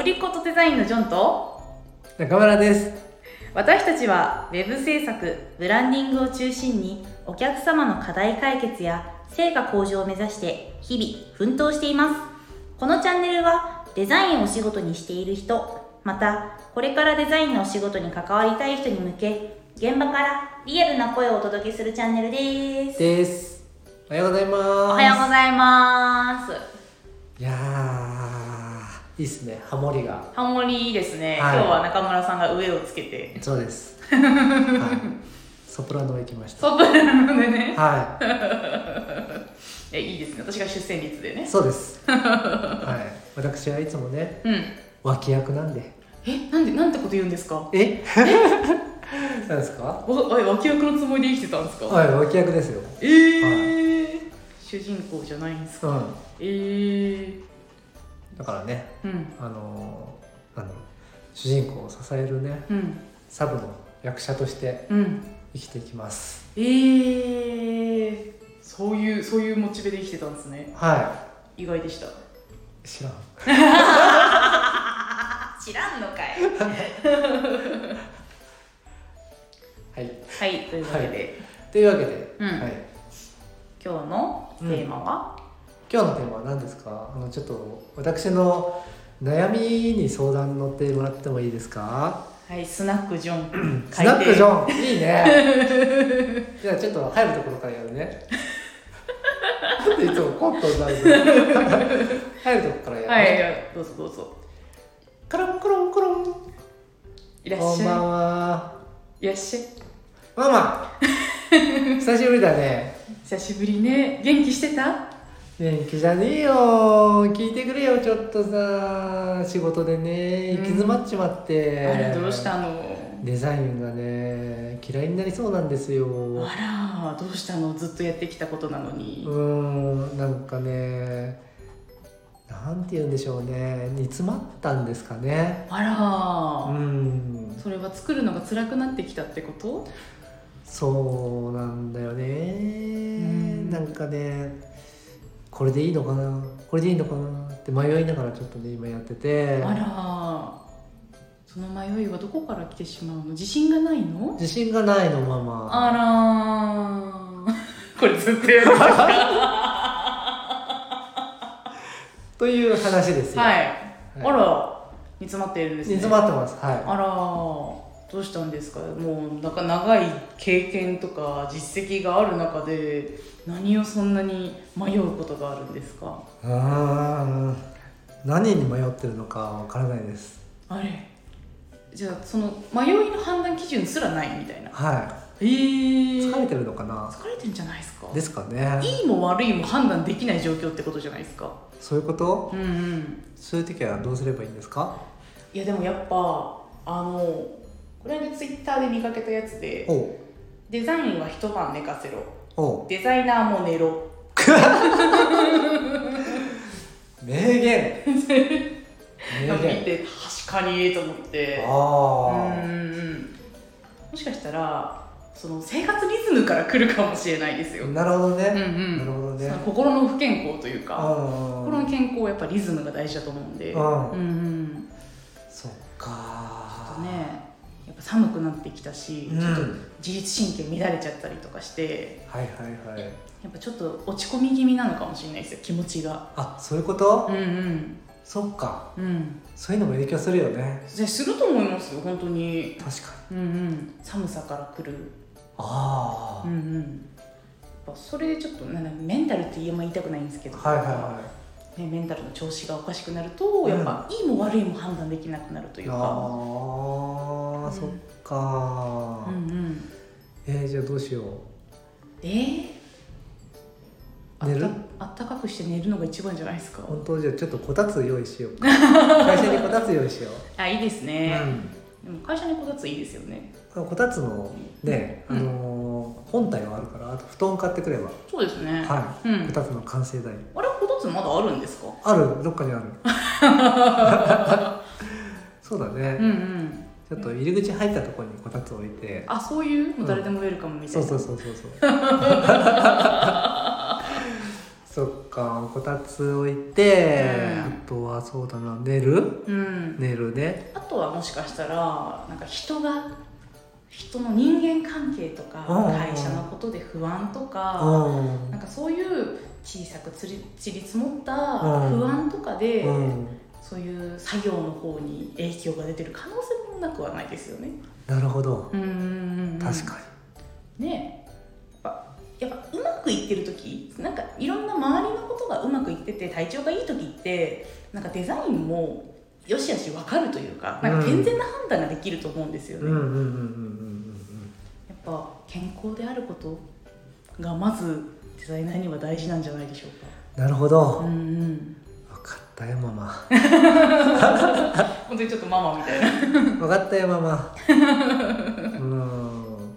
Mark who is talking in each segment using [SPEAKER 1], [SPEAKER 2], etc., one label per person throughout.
[SPEAKER 1] インのジョンと
[SPEAKER 2] 中村です。
[SPEAKER 1] 私たちはウェブ制作ブランディングを中心にお客様の課題解決や成果向上を目指して日々奮闘していますこのチャンネルはデザインをお仕事にしている人またこれからデザインのお仕事に関わりたい人に向け現場からリアルな声をお届けするチャンネルです
[SPEAKER 2] です。おはようございます。
[SPEAKER 1] おはようございます
[SPEAKER 2] いやー、いいっすね、ハモリが。
[SPEAKER 1] ハモリいいですね、
[SPEAKER 2] はい
[SPEAKER 1] 今日は中村さんが上をつけて
[SPEAKER 2] そ うです。はい、ソプラノ行きました。
[SPEAKER 1] 外なのでね
[SPEAKER 2] は
[SPEAKER 1] えいいですね私が出戦率で
[SPEAKER 2] い、
[SPEAKER 1] ね
[SPEAKER 2] そうです。はい、私はいつもね、
[SPEAKER 1] うん
[SPEAKER 2] 脇役なんで。
[SPEAKER 1] えなんでなんてこと言うんですか
[SPEAKER 2] え なんですか
[SPEAKER 1] わえ脇役のつもりで生きてたんですか、
[SPEAKER 2] はい、脇役ですよ。
[SPEAKER 1] えー主人公じゃないんですか
[SPEAKER 2] うん。
[SPEAKER 1] えー、
[SPEAKER 2] だからね、
[SPEAKER 1] うん
[SPEAKER 2] あのー、なんだろう、主人公を支えるね、
[SPEAKER 1] うん
[SPEAKER 2] サブの役者として
[SPEAKER 1] うん
[SPEAKER 2] 生きていきます。
[SPEAKER 1] えー、そういうそういうモチベで生きてたんですね
[SPEAKER 2] は
[SPEAKER 1] 意外でした
[SPEAKER 2] い、知らん。
[SPEAKER 1] あ知らんのかい
[SPEAKER 2] はい。
[SPEAKER 1] はいというわけで、
[SPEAKER 2] というわけで、
[SPEAKER 1] うん
[SPEAKER 2] はい、
[SPEAKER 1] 今日のテーマは、
[SPEAKER 2] 今日のテーマは何ですかあのちょっと私の悩みに相談乗ってもらってもいいですか
[SPEAKER 1] はいスナックジョン
[SPEAKER 2] スナックジ
[SPEAKER 1] ン
[SPEAKER 2] ョンいいね じゃあちょっと入るところからやるねなんでいつもコントになるの 入るとこからやるね、
[SPEAKER 1] はいはいどうぞどうぞ
[SPEAKER 2] コロンコロンコロン
[SPEAKER 1] いらっ
[SPEAKER 2] こん
[SPEAKER 1] し
[SPEAKER 2] ば
[SPEAKER 1] ゃ
[SPEAKER 2] んはい
[SPEAKER 1] いらっしゃい
[SPEAKER 2] マ マ久しぶりだね
[SPEAKER 1] 久しぶりね元気してた
[SPEAKER 2] 元気じゃねえよ聞いてくれよちょっとさ仕事でね行き詰まっちまって、
[SPEAKER 1] あらどうしたの
[SPEAKER 2] デザインがね嫌いになりそうなんですよう
[SPEAKER 1] あらどうしたのずっとやってきたことなのに、
[SPEAKER 2] ーんなんかねなんて言うんでしょうね煮詰まったんですかねう
[SPEAKER 1] あら、
[SPEAKER 2] ん
[SPEAKER 1] それは作るのが辛くなってきたってこと
[SPEAKER 2] そうなんだよね、
[SPEAKER 1] ん
[SPEAKER 2] なんかねこれでいいのかなこれでいいのかなって迷いながらちょっとね今やってて
[SPEAKER 1] あらその迷いはどこから来てしまうの自信がないの
[SPEAKER 2] 自信がないのママ
[SPEAKER 1] あら これずっと やるんですか
[SPEAKER 2] という話ですよ。
[SPEAKER 1] はい、あ
[SPEAKER 2] はい
[SPEAKER 1] ら煮詰まっているんです
[SPEAKER 2] 煮
[SPEAKER 1] ね
[SPEAKER 2] 詰まってます。は
[SPEAKER 1] あらどうしたんですかもうなんか長い経験とか実績がある中で何をそんなに迷うことがあるんですか
[SPEAKER 2] い。うーん。何に迷ってるのかわからないです。
[SPEAKER 1] あれじゃあその迷いの判断基準すらないみたいな
[SPEAKER 2] は
[SPEAKER 1] ええ
[SPEAKER 2] い。疲れ
[SPEAKER 1] 疲
[SPEAKER 2] てるのかな。
[SPEAKER 1] れてんじゃないですか
[SPEAKER 2] ですかね。
[SPEAKER 1] いいも悪いも判断できない状況ってことじゃないですか
[SPEAKER 2] そういうこと？
[SPEAKER 1] うんうん
[SPEAKER 2] そういう時はどうすればいいんですか？
[SPEAKER 1] いやでもやっぱあのこれはツイッターで見かけたやつで
[SPEAKER 2] おう
[SPEAKER 1] デザインは一晩寝かせろ
[SPEAKER 2] おう。
[SPEAKER 1] デザイナーも寝ろ
[SPEAKER 2] 名言。名
[SPEAKER 1] なんか見
[SPEAKER 2] 言。
[SPEAKER 1] て確かにと思ってうんうん
[SPEAKER 2] あ
[SPEAKER 1] うんもしかしたらその生活リズムから来るかもしれないです
[SPEAKER 2] あ。
[SPEAKER 1] よ、
[SPEAKER 2] なるほど
[SPEAKER 1] うんう
[SPEAKER 2] ね。
[SPEAKER 1] ん
[SPEAKER 2] なるほどね
[SPEAKER 1] その心の不健康という
[SPEAKER 2] う
[SPEAKER 1] か、
[SPEAKER 2] んう
[SPEAKER 1] 心の
[SPEAKER 2] ん。
[SPEAKER 1] 健康はやっぱリズムが大事だと思うんで、
[SPEAKER 2] うん
[SPEAKER 1] うんうん
[SPEAKER 2] そっ
[SPEAKER 1] あ
[SPEAKER 2] か
[SPEAKER 1] と。ね。やっぱ寒くなってきたし、
[SPEAKER 2] うん
[SPEAKER 1] ちょっと自律神経乱れちゃったりとかして
[SPEAKER 2] はいはいはい。
[SPEAKER 1] やっぱちょっと落ち込み気味なのかもしれないですよ気持ちが
[SPEAKER 2] あ、そういうこと
[SPEAKER 1] う？んうん
[SPEAKER 2] そっか。
[SPEAKER 1] うん
[SPEAKER 2] そういうのも影響するよね。
[SPEAKER 1] じゃあすると思いますよ本当に
[SPEAKER 2] 確かに。
[SPEAKER 1] うんうん寒さから来る
[SPEAKER 2] あ
[SPEAKER 1] うんうんやっぱそれでちょっとなんだメンタルって言えま言いたくないんですけど、
[SPEAKER 2] はいはいはい
[SPEAKER 1] ね、メンタルの調子がおかしくなるとやっぱ、いいも悪いも判断できなくなるというか
[SPEAKER 2] あ
[SPEAKER 1] う
[SPEAKER 2] あ
[SPEAKER 1] ん
[SPEAKER 2] そっか
[SPEAKER 1] うんうん
[SPEAKER 2] えーじゃあどうしよう
[SPEAKER 1] えー、
[SPEAKER 2] 寝
[SPEAKER 1] あ
[SPEAKER 2] る
[SPEAKER 1] ったあったかくして寝るのが一番じゃないですか
[SPEAKER 2] 本当じゃあちょっとこたつ用意しよう か会社にこたつ用意しよう
[SPEAKER 1] あいいです
[SPEAKER 2] う
[SPEAKER 1] ね、
[SPEAKER 2] ん
[SPEAKER 1] でも会社にこたついいですよね
[SPEAKER 2] このこたつのねあ
[SPEAKER 1] うん
[SPEAKER 2] のー本体はあるからあと布団買ってくれば
[SPEAKER 1] そうですね、
[SPEAKER 2] は
[SPEAKER 1] う
[SPEAKER 2] いこ
[SPEAKER 1] ん、
[SPEAKER 2] たつの完成台
[SPEAKER 1] あれこたつまだあるんですか
[SPEAKER 2] あるどっか にあるそうだ
[SPEAKER 1] うん
[SPEAKER 2] ね
[SPEAKER 1] うん
[SPEAKER 2] ちょっと入り口入ったところにこたつ置いて
[SPEAKER 1] あそう いうもう誰でもウェルカムみたい
[SPEAKER 2] そう
[SPEAKER 1] な、
[SPEAKER 2] そうそうそうそうそっかこたつ置いて、
[SPEAKER 1] うん
[SPEAKER 2] あとはそうだな寝る
[SPEAKER 1] うん、
[SPEAKER 2] 寝るね
[SPEAKER 1] あとはもしかしたらなんか人が人の人間関係とか
[SPEAKER 2] うん
[SPEAKER 1] 会社のことで不安と
[SPEAKER 2] う
[SPEAKER 1] か
[SPEAKER 2] ん
[SPEAKER 1] なんかそういう小さくつり散り積もった
[SPEAKER 2] うん
[SPEAKER 1] 不安とかで
[SPEAKER 2] うん
[SPEAKER 1] そういう作業の方に影響が出てる可能性もなくはないですよね。
[SPEAKER 2] なるほど
[SPEAKER 1] うんうんうん
[SPEAKER 2] 確か
[SPEAKER 1] ねやっぱやっぱうまくいってる時なんかいろんな周りのことがうまくいってて体調がいい時ってなんかデザインもよしあし分かるというかなんか健全な判断ができると思うんですよ
[SPEAKER 2] に、
[SPEAKER 1] ね、
[SPEAKER 2] うん
[SPEAKER 1] や
[SPEAKER 2] う
[SPEAKER 1] っ
[SPEAKER 2] んうんうんうん
[SPEAKER 1] ぱ健康であることがまずデザイナーには大事なんじゃないでしょう
[SPEAKER 2] うんなるほど
[SPEAKER 1] かうんうん
[SPEAKER 2] 分かったよママ
[SPEAKER 1] 本当にちょっとママみたいな
[SPEAKER 2] 分かったよママうん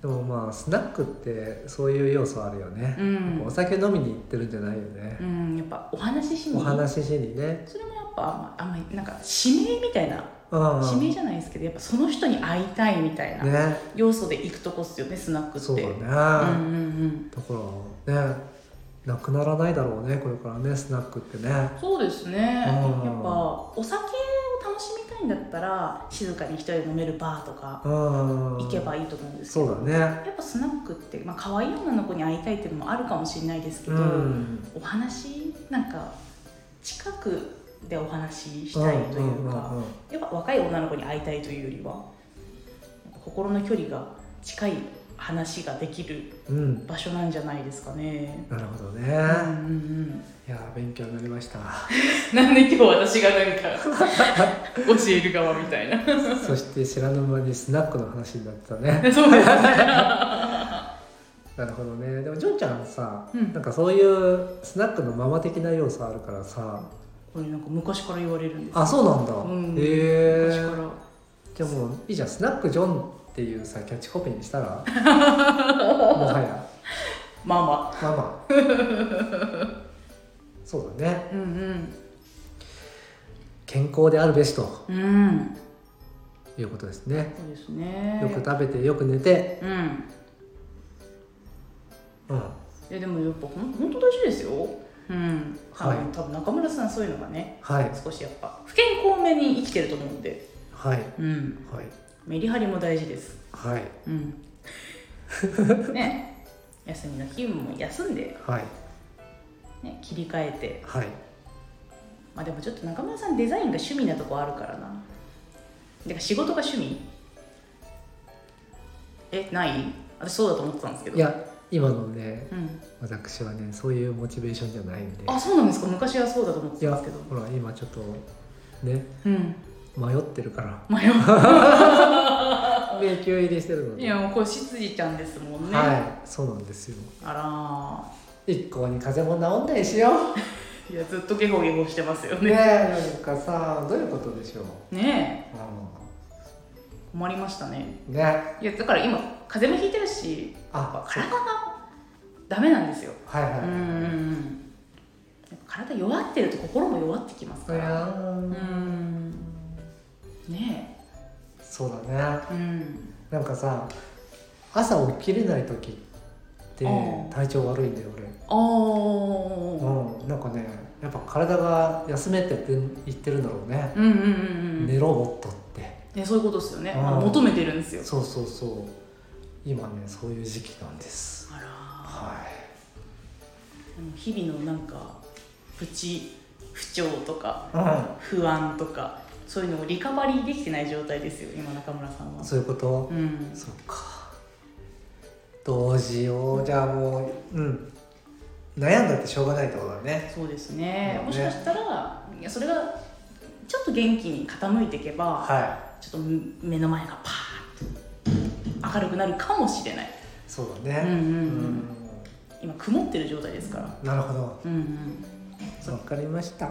[SPEAKER 2] でもまあスナックってそういう要素あるよね
[SPEAKER 1] う、ん
[SPEAKER 2] お、酒飲みに行ってるんじゃないよね
[SPEAKER 1] う、ん、やっぱお話ししに
[SPEAKER 2] お話ししにね、
[SPEAKER 1] それもやっぱあんまりなんか指名みたいな
[SPEAKER 2] うん、
[SPEAKER 1] 指名じゃないですけどやっぱその人に会いたいみたいな、
[SPEAKER 2] ね
[SPEAKER 1] 要素で行くとこっすよねスナックって
[SPEAKER 2] そうだね、
[SPEAKER 1] うんうん
[SPEAKER 2] だからねなくならないだろうねこれからねスナックってね
[SPEAKER 1] うん、そうですねや
[SPEAKER 2] うん
[SPEAKER 1] っぱお酒を楽しみたいんだったら静かに一人で飲めるバーとか
[SPEAKER 2] うん
[SPEAKER 1] 行けばいいと思うんですけど、
[SPEAKER 2] そうだね
[SPEAKER 1] やっぱスナックって、まあ可愛い女の子に会いたいっていうのもあるかもしれないですけ
[SPEAKER 2] う
[SPEAKER 1] ど、
[SPEAKER 2] ん
[SPEAKER 1] お話なんか近くでお話ししたいというか、
[SPEAKER 2] んんん
[SPEAKER 1] やっぱ若い女の子に会いたいというよりは心の距離が近い話ができる
[SPEAKER 2] うん、うん
[SPEAKER 1] 場所なんじゃないですかね。
[SPEAKER 2] なるほどね、
[SPEAKER 1] うんうん
[SPEAKER 2] い
[SPEAKER 1] うん
[SPEAKER 2] やー勉強になりました
[SPEAKER 1] なんで今日私がなんか教える側みたいな
[SPEAKER 2] そして知らぬ間にスナックの話になってた ね
[SPEAKER 1] そうですね
[SPEAKER 2] なるほどねでもジョンちゃんさ、
[SPEAKER 1] うん
[SPEAKER 2] なんかそういうスナックのママ的な要素あるからさ
[SPEAKER 1] これなんか昔から言われるんです
[SPEAKER 2] あそうなんだ、
[SPEAKER 1] うん
[SPEAKER 2] へ
[SPEAKER 1] 昔
[SPEAKER 2] え
[SPEAKER 1] か
[SPEAKER 2] じゃあもういいじゃんスナックジョンっていうさキャッチコピーにした らもはや
[SPEAKER 1] らまあま
[SPEAKER 2] まあまあ そうだね
[SPEAKER 1] あうん
[SPEAKER 2] 健康であるべしと
[SPEAKER 1] うんうん
[SPEAKER 2] いうことですね
[SPEAKER 1] そうですね
[SPEAKER 2] よく食べてよく寝て
[SPEAKER 1] うん
[SPEAKER 2] うん
[SPEAKER 1] いやでもやっぱほん本当大事ですようん、
[SPEAKER 2] はい
[SPEAKER 1] 多分中村さんそういうのがね
[SPEAKER 2] はい
[SPEAKER 1] 少しやっぱ不健康めに生きてると思うんで
[SPEAKER 2] はい
[SPEAKER 1] うん
[SPEAKER 2] はい
[SPEAKER 1] メリハリも大事です
[SPEAKER 2] はい
[SPEAKER 1] うん ね休みの日も休んで、
[SPEAKER 2] はい
[SPEAKER 1] ね、切り替えて
[SPEAKER 2] はい
[SPEAKER 1] まあでもちょっと中村さんデザインが趣味なとこあるからなだから仕事が趣味えない私そうだと思ってたんですけど
[SPEAKER 2] いや今のね
[SPEAKER 1] うん、
[SPEAKER 2] 私はねそういうモチベーションじゃないんで
[SPEAKER 1] あそうなんですか昔はそうだと思っ
[SPEAKER 2] い
[SPEAKER 1] てたん
[SPEAKER 2] や
[SPEAKER 1] ですけど
[SPEAKER 2] ほら今ちょっとね
[SPEAKER 1] うん
[SPEAKER 2] 迷ってるから
[SPEAKER 1] 迷 う
[SPEAKER 2] 迷宮入りしてるので
[SPEAKER 1] いやもうこれ執事ちゃんですもんね、
[SPEAKER 2] はいそうなんですよ
[SPEAKER 1] あ
[SPEAKER 2] 一向に風邪も治んないしよ
[SPEAKER 1] らいやずっとゲホゲホしてますよ
[SPEAKER 2] ねえ
[SPEAKER 1] ね
[SPEAKER 2] なんかさどういうことでしょう、
[SPEAKER 1] ね
[SPEAKER 2] う
[SPEAKER 1] え困りましたね
[SPEAKER 2] ん、ね
[SPEAKER 1] いやだから今風邪もひいてるしやっぱ
[SPEAKER 2] あ
[SPEAKER 1] 体がダメなんですよ
[SPEAKER 2] はいはい、
[SPEAKER 1] うんうんうんやっぱ体弱ってると心も弱ってきます
[SPEAKER 2] そ
[SPEAKER 1] か
[SPEAKER 2] り
[SPEAKER 1] ら
[SPEAKER 2] ゃ
[SPEAKER 1] う
[SPEAKER 2] ー
[SPEAKER 1] んね
[SPEAKER 2] そうだね
[SPEAKER 1] えうん
[SPEAKER 2] なんかさ朝起きれない時って
[SPEAKER 1] うん
[SPEAKER 2] 体調悪いんだよ俺
[SPEAKER 1] ああ
[SPEAKER 2] うんなんかねやっぱ体が休めてって言ってるんだろうね、
[SPEAKER 1] うんうんうんうん
[SPEAKER 2] 寝ろもっとって
[SPEAKER 1] ねそういうことですよね
[SPEAKER 2] うん
[SPEAKER 1] あ求めてるんですよ
[SPEAKER 2] そうそうそう今ねそういう時期なんです
[SPEAKER 1] あら
[SPEAKER 2] は
[SPEAKER 1] でも日々のなんかプチ不調とか
[SPEAKER 2] い、う
[SPEAKER 1] 不安とかそういうのをリカバリーできてない状態ですよ今中村さんは
[SPEAKER 2] ん、そういうこと、
[SPEAKER 1] うん
[SPEAKER 2] そうかどうしようじゃあもううん悩んだってしょうがないってことだね
[SPEAKER 1] そうですね
[SPEAKER 2] ね
[SPEAKER 1] もしかしたらいやそれがちょっと元気に傾いていけば、
[SPEAKER 2] は
[SPEAKER 1] ちょっと目の前がパーッと明るくなるかもしれない
[SPEAKER 2] いそう
[SPEAKER 1] う
[SPEAKER 2] だ
[SPEAKER 1] んうん
[SPEAKER 2] ね、
[SPEAKER 1] うん今曇ってる状態ですから
[SPEAKER 2] なるほど
[SPEAKER 1] うんうん
[SPEAKER 2] わかりました。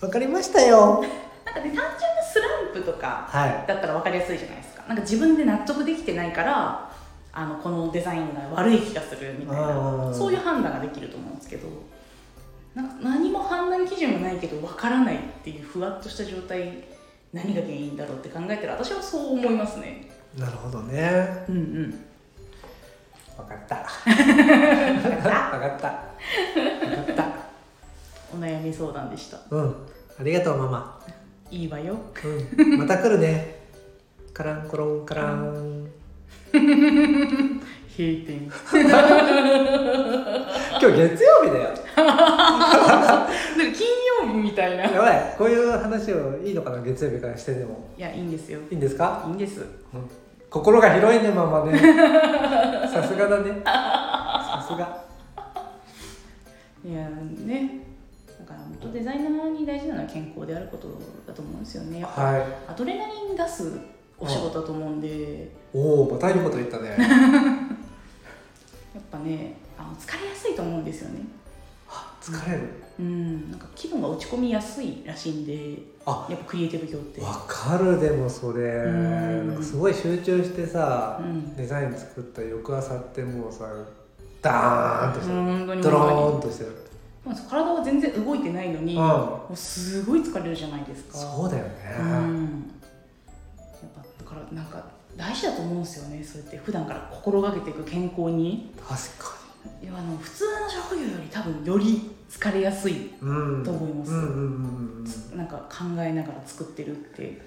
[SPEAKER 2] わかりましたよ。
[SPEAKER 1] なんかね単純なスランプとか
[SPEAKER 2] は
[SPEAKER 1] だったら分かりやすいじゃないですかなんか自分で納得できてないからあのこのデザインが悪い気がするみたい
[SPEAKER 2] あ
[SPEAKER 1] な
[SPEAKER 2] ー
[SPEAKER 1] そういう判断ができると思うんですけどなんか何も判断基準もないけど分からないっていうふわっとした状態何が原因だろうって考えたら私はそう思いますね
[SPEAKER 2] い。なるほどね。
[SPEAKER 1] うんうん
[SPEAKER 2] わかった。わかった。
[SPEAKER 1] お悩み相談でした
[SPEAKER 2] うんありがとうママ、
[SPEAKER 1] いいわよ
[SPEAKER 2] うん、また来るねカランコロンカラン
[SPEAKER 1] 閉 店
[SPEAKER 2] 今日月曜日だよ
[SPEAKER 1] なんか金曜日みたいない
[SPEAKER 2] やばいこういう話をいいのかな月曜日からしてでも
[SPEAKER 1] やいいんですよ
[SPEAKER 2] いいんですか、
[SPEAKER 1] いいんです
[SPEAKER 2] うん心が広いねママねさすがだねさすが
[SPEAKER 1] いやねだから本当デザイナーに大事なのは健康であることだと思うんですよねやっぱ
[SPEAKER 2] はい
[SPEAKER 1] アドレナリン出すお仕事だと思うんで
[SPEAKER 2] おおまたいいこと言ったね
[SPEAKER 1] やっぱねあの疲れやすいと思うんですよね
[SPEAKER 2] あ疲れる
[SPEAKER 1] うんなんか気分が落ち込みやすいらしいんで
[SPEAKER 2] あ
[SPEAKER 1] やっぱクリエイティブ業って
[SPEAKER 2] わかるでもそれ
[SPEAKER 1] ん
[SPEAKER 2] なんかすごい集中してさ、
[SPEAKER 1] うん
[SPEAKER 2] デザイン作った翌朝ってもうさダーンとしてる、
[SPEAKER 1] 本当に
[SPEAKER 2] ドローン
[SPEAKER 1] 本
[SPEAKER 2] としてる
[SPEAKER 1] 当に体は全然動いてないのに、
[SPEAKER 2] うん
[SPEAKER 1] もうすごい疲れるじゃないですか
[SPEAKER 2] そうだよね、
[SPEAKER 1] うんやっぱだからなんか大事だと思うんですよねそうやって普段から心がけていく健康に
[SPEAKER 2] 確か
[SPEAKER 1] いやあの普通の職業より多分より疲れやすい
[SPEAKER 2] にうん
[SPEAKER 1] と思います
[SPEAKER 2] うんうんうんうん確
[SPEAKER 1] なんか考えながら作ってるって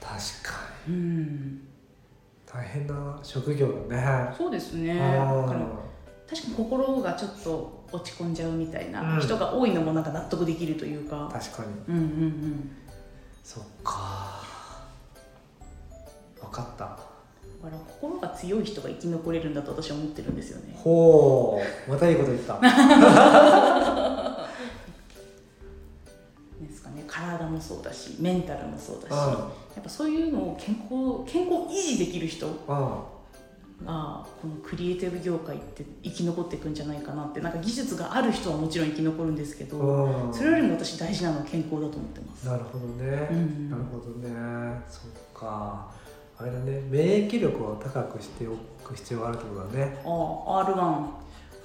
[SPEAKER 2] か
[SPEAKER 1] うん
[SPEAKER 2] に大変な職業だね
[SPEAKER 1] そうですね
[SPEAKER 2] う
[SPEAKER 1] だ
[SPEAKER 2] ん
[SPEAKER 1] から確かに心がちょっと落ち込んじゃうみたいな
[SPEAKER 2] うん
[SPEAKER 1] 人が多いのもなんか納得できるというか、
[SPEAKER 2] 確かに
[SPEAKER 1] うん、うんうん
[SPEAKER 2] そっかわかった
[SPEAKER 1] だから心が強い人が生き残れるんだと私は思ってるんですよね
[SPEAKER 2] ほうまたいいこと言った
[SPEAKER 1] ですかね体もそうだしメンタルもそうだし、
[SPEAKER 2] うん
[SPEAKER 1] やっぱそういうのを健康健康を維持できる人
[SPEAKER 2] うん
[SPEAKER 1] がこのクリエイティブ業界って生き残っていくんじゃないかなってなんか技術がある人はもちろん生き残るんですけど、
[SPEAKER 2] うん
[SPEAKER 1] それよりも私大事なのは健康だと思ってます、
[SPEAKER 2] なるほどね、
[SPEAKER 1] うん
[SPEAKER 2] なるほどねそっかあれだね免疫力を高くしておく必要があるってことだね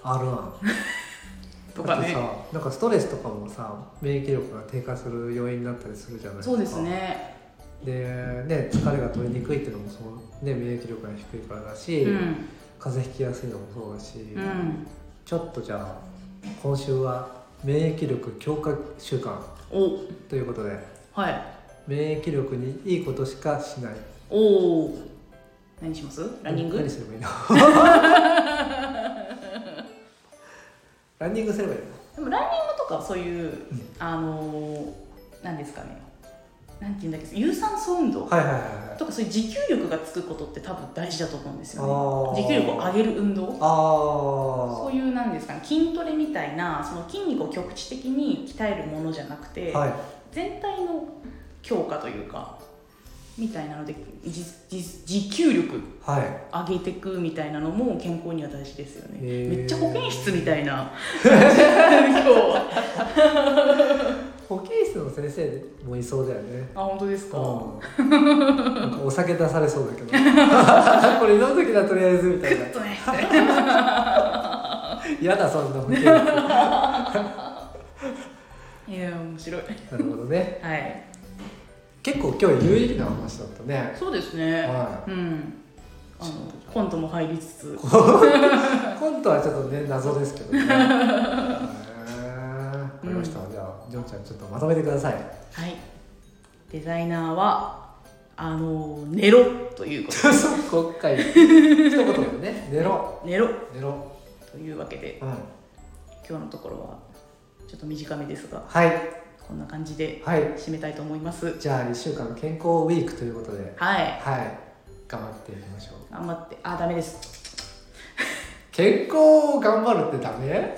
[SPEAKER 1] あ
[SPEAKER 2] R1
[SPEAKER 1] R1 とか
[SPEAKER 2] だって
[SPEAKER 1] ね
[SPEAKER 2] さなんかストレスとかもさ免疫力が低下する要因になったりするじゃないですか
[SPEAKER 1] そうですね
[SPEAKER 2] でね疲れが取りにくいっていうのもその、ね、免疫力が低いからだし、
[SPEAKER 1] うん
[SPEAKER 2] 風邪ひきやすいのもそうだし、
[SPEAKER 1] うん
[SPEAKER 2] ちょっとじゃあ今週は免疫力強化週間
[SPEAKER 1] お
[SPEAKER 2] ということで
[SPEAKER 1] はい
[SPEAKER 2] 免疫力にいいことしかしない
[SPEAKER 1] おお何しますランニング、
[SPEAKER 2] 何すればいいの ランニングすればいいの
[SPEAKER 1] でもランニングとかそういう、あの何ですかねなんていうんだっけ有酸素運動
[SPEAKER 2] はいはいはいはい
[SPEAKER 1] とかそういう持久力がつくことって多分大事だと思うんです
[SPEAKER 2] あ
[SPEAKER 1] よね持久力を上げる運動そ
[SPEAKER 2] あ
[SPEAKER 1] ういうなんですかね筋トレみたいなその筋肉を局地的に鍛えるものじゃなくて、
[SPEAKER 2] ーはい
[SPEAKER 1] 全体の強化というかみたいなのでじじ持久力
[SPEAKER 2] はい
[SPEAKER 1] 上げてくみたいなのも健康には大事ですよね
[SPEAKER 2] へー
[SPEAKER 1] めっちゃ保健室みたい な今日は
[SPEAKER 2] 保健室の先生もいそうだよね
[SPEAKER 1] あ本当ですか、
[SPEAKER 2] うんなんかお酒出されそうだ けどこれ飲む時だとりあえずみたいな
[SPEAKER 1] ちょっとね
[SPEAKER 2] 嫌だそん な保健室ない
[SPEAKER 1] や面白い
[SPEAKER 2] るほどね
[SPEAKER 1] はい
[SPEAKER 2] 結構今日有意義な話だったね
[SPEAKER 1] そうですね、
[SPEAKER 2] は
[SPEAKER 1] うんあのコントも入りつつ
[SPEAKER 2] コントはちょっとね謎ですけど ねへーわかりました、じゃあジョンちゃんちょっとまとめてください
[SPEAKER 1] はいデザイナーはあの寝ろというこ
[SPEAKER 2] 国会一言でね寝ろ
[SPEAKER 1] と寝ろ
[SPEAKER 2] 寝ろ
[SPEAKER 1] というわけで
[SPEAKER 2] うん
[SPEAKER 1] 今日のところはちょっと短めですが
[SPEAKER 2] はい
[SPEAKER 1] こんな感じで
[SPEAKER 2] はい
[SPEAKER 1] 締めたいと思います
[SPEAKER 2] じゃあ1週間健康ウィークということで
[SPEAKER 1] はい
[SPEAKER 2] はい頑張っていきましょう
[SPEAKER 1] 頑張ってあダメです
[SPEAKER 2] 健康を頑張るってダメ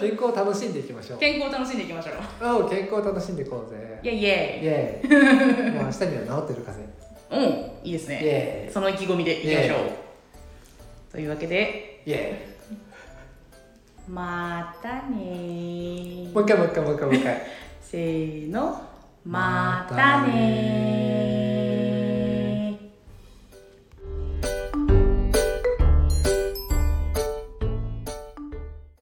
[SPEAKER 2] 健康を楽しんでいきましょう
[SPEAKER 1] 健康を楽しんでいきましょう
[SPEAKER 2] うん健康を楽しんでいこうぜ
[SPEAKER 1] イェイイェ
[SPEAKER 2] イ
[SPEAKER 1] イ
[SPEAKER 2] エーイもう明日には治ってる風邪
[SPEAKER 1] うんいいです
[SPEAKER 2] イ
[SPEAKER 1] ね
[SPEAKER 2] エーイ
[SPEAKER 1] その意気込みでいきましょ
[SPEAKER 2] イ
[SPEAKER 1] うというわけで
[SPEAKER 2] イエ
[SPEAKER 1] またねー
[SPEAKER 2] ーイもう一回もう一回もう一回もう一回
[SPEAKER 1] せーのまたねー